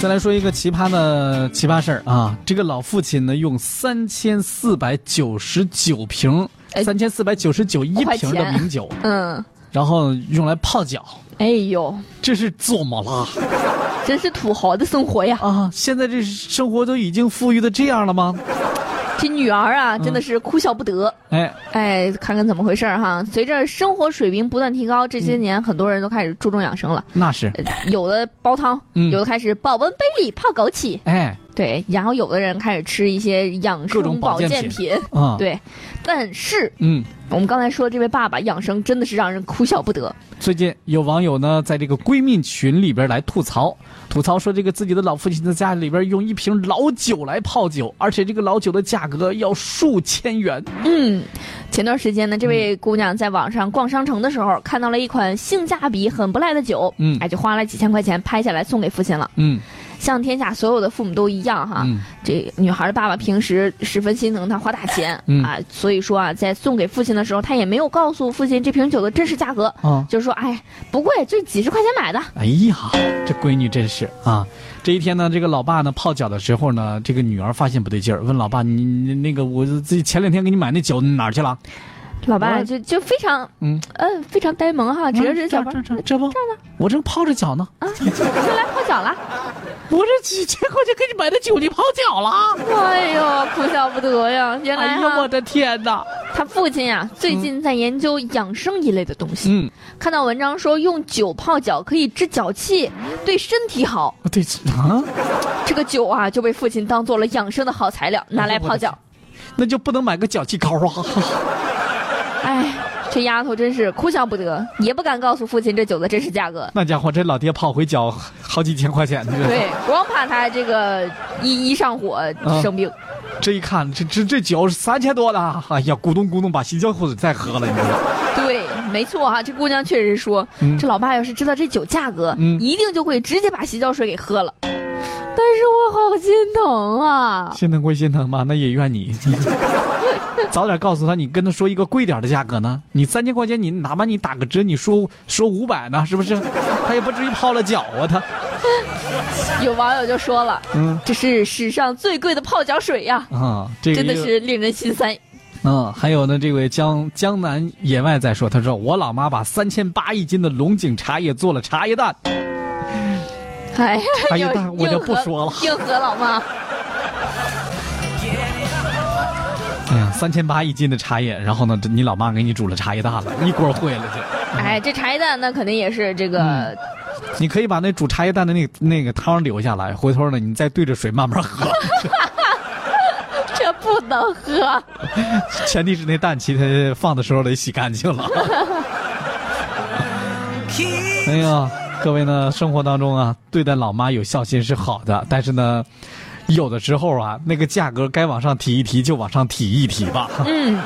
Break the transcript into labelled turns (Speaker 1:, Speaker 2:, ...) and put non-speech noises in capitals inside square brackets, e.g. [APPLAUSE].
Speaker 1: 再来说一个奇葩的奇葩事儿啊！这个老父亲呢，用三千四百九十九瓶、
Speaker 2: 哎
Speaker 1: 三千四百九十九一
Speaker 2: 块
Speaker 1: 瓶的
Speaker 2: 钱
Speaker 1: 名酒，
Speaker 2: 嗯，
Speaker 1: 然后用来泡脚，
Speaker 2: 哎呦，
Speaker 1: 这是做么了
Speaker 2: 真是土豪的生活呀！
Speaker 1: 啊？现在这生活都已经富裕的这样了吗？
Speaker 2: 这女儿啊，真的是哭笑不得。
Speaker 1: 哎，
Speaker 2: 哎，看看怎么回事儿哈。随着生活水平不断提高，这些年很多人都开始注重养生了，
Speaker 1: 那是，
Speaker 2: 呃有的煲汤，
Speaker 1: 嗯
Speaker 2: 有的开始保温杯里泡枸杞，
Speaker 1: 哎，
Speaker 2: 对，然后有的人开始吃一些养
Speaker 1: 各种
Speaker 2: 生
Speaker 1: 保
Speaker 2: 保
Speaker 1: 健
Speaker 2: 健
Speaker 1: 品
Speaker 2: 品，
Speaker 1: 啊，，
Speaker 2: 对。但是
Speaker 1: 嗯，
Speaker 2: 我们刚才说的这位爸爸养生真的是让人哭笑不得。
Speaker 1: 最近有网友呢，在这个闺蜜群里边来吐槽，吐槽说这个自己的老父亲在家里边用一瓶老酒来泡酒，而且这个老酒的价格要数千元。
Speaker 2: 嗯，前段时间呢，这位
Speaker 1: 嗯
Speaker 2: 姑娘在网上逛商城的时候，看到了一款性价比很不赖的酒，
Speaker 1: 嗯
Speaker 2: 哎，就花了几千块钱拍下来送给父亲了。
Speaker 1: 嗯
Speaker 2: 像天下所有的父母都一样哈，
Speaker 1: 嗯
Speaker 2: 这女孩的爸爸平时十分心疼她花大钱、
Speaker 1: 嗯
Speaker 2: 啊，所以说啊，在送给父亲的时候，他也没有告诉父亲这瓶酒的真实价格，
Speaker 1: 啊，
Speaker 2: 就是说，哎，不贵，就几十块钱买的。
Speaker 1: 哎呀，这闺女真是啊！这一天呢，这个老爸呢泡脚的时候呢，这个女儿发现不对劲儿，问老爸：“你你那个我自己前两天给你买那酒哪儿去了
Speaker 2: 老爸
Speaker 1: 嗯
Speaker 2: 就就非常
Speaker 1: 嗯
Speaker 2: 嗯非常呆萌哈，？”指着这小包，
Speaker 1: 这这这不，我正泡着脚呢，
Speaker 2: 啊，就来泡
Speaker 1: [LAUGHS]
Speaker 2: 脚了。
Speaker 1: 我这几千块钱给你买的酒，你泡脚了？
Speaker 2: 哎呦，哭笑不得呀！原来
Speaker 1: 哎
Speaker 2: 哈
Speaker 1: 呀，我的天哪！
Speaker 2: 他父亲呀、最近在研究养生一类的东西。
Speaker 1: 嗯，
Speaker 2: 看到文章说用酒泡脚可以治脚气，对身体好。
Speaker 1: 对啊，
Speaker 2: 这个酒啊就被父亲当做了养生的好材料，拿来泡脚。
Speaker 1: 那就哎不能买个脚气膏啊？ [LAUGHS]
Speaker 2: 哎，这丫头真是哭笑不得，也不敢告诉父亲这酒的真实价格。
Speaker 1: 那家伙，这老爹泡回脚好几千块钱呢。这
Speaker 2: 对，光怕他这个一一上火
Speaker 1: 嗯
Speaker 2: 生病。
Speaker 1: 这一看，这这这酒是三千多的，哎呀，咕咚咕咚把新疆湖水再喝了，你说？
Speaker 2: 对，没错啊，这姑娘确实说，
Speaker 1: 嗯
Speaker 2: 这老爸要是知道这酒价格，
Speaker 1: 嗯
Speaker 2: 一定就会直接把洗脚水给喝了。但是我好心疼啊！
Speaker 1: 心疼归心疼吧，那也怨
Speaker 2: [LAUGHS]
Speaker 1: 你。早点告诉他，你跟他说一个贵点的价格呢。你三千块钱，你哪怕你打个折，你说说五百呢，是不是？他也不至于泡了脚啊，他。
Speaker 2: 有网友就说了，
Speaker 1: 嗯
Speaker 2: 这是史上最贵的泡脚水呀、
Speaker 1: 啊，这个
Speaker 2: 真的
Speaker 1: 又
Speaker 2: 是令人心塞。
Speaker 1: 嗯，还有呢，这位江江南野外在说，他说我老妈把三千八一斤的龙井茶叶做了茶叶蛋，
Speaker 2: 哎，
Speaker 1: 哎呀
Speaker 2: 又
Speaker 1: 但我就不说了
Speaker 2: 硬核硬核老妈，
Speaker 1: 哎呀，三千八一斤的茶叶，然后呢，这你老妈给你煮了茶叶蛋了，一锅烩了就。 [LAUGHS]
Speaker 2: 哎，这茶叶蛋那肯定也是这个，
Speaker 1: 嗯你可以把那煮茶叶蛋的那个那个汤留下来，回头呢你再对着水慢慢喝，
Speaker 2: 这不能喝。
Speaker 1: 前提是那蛋其实放的时候得洗干净了。哎呀，各位呢，生活当中啊，对待老妈有孝心是好的，但是呢，有的时候啊，那个价格该往上提一提就往上提一提吧。
Speaker 2: 嗯，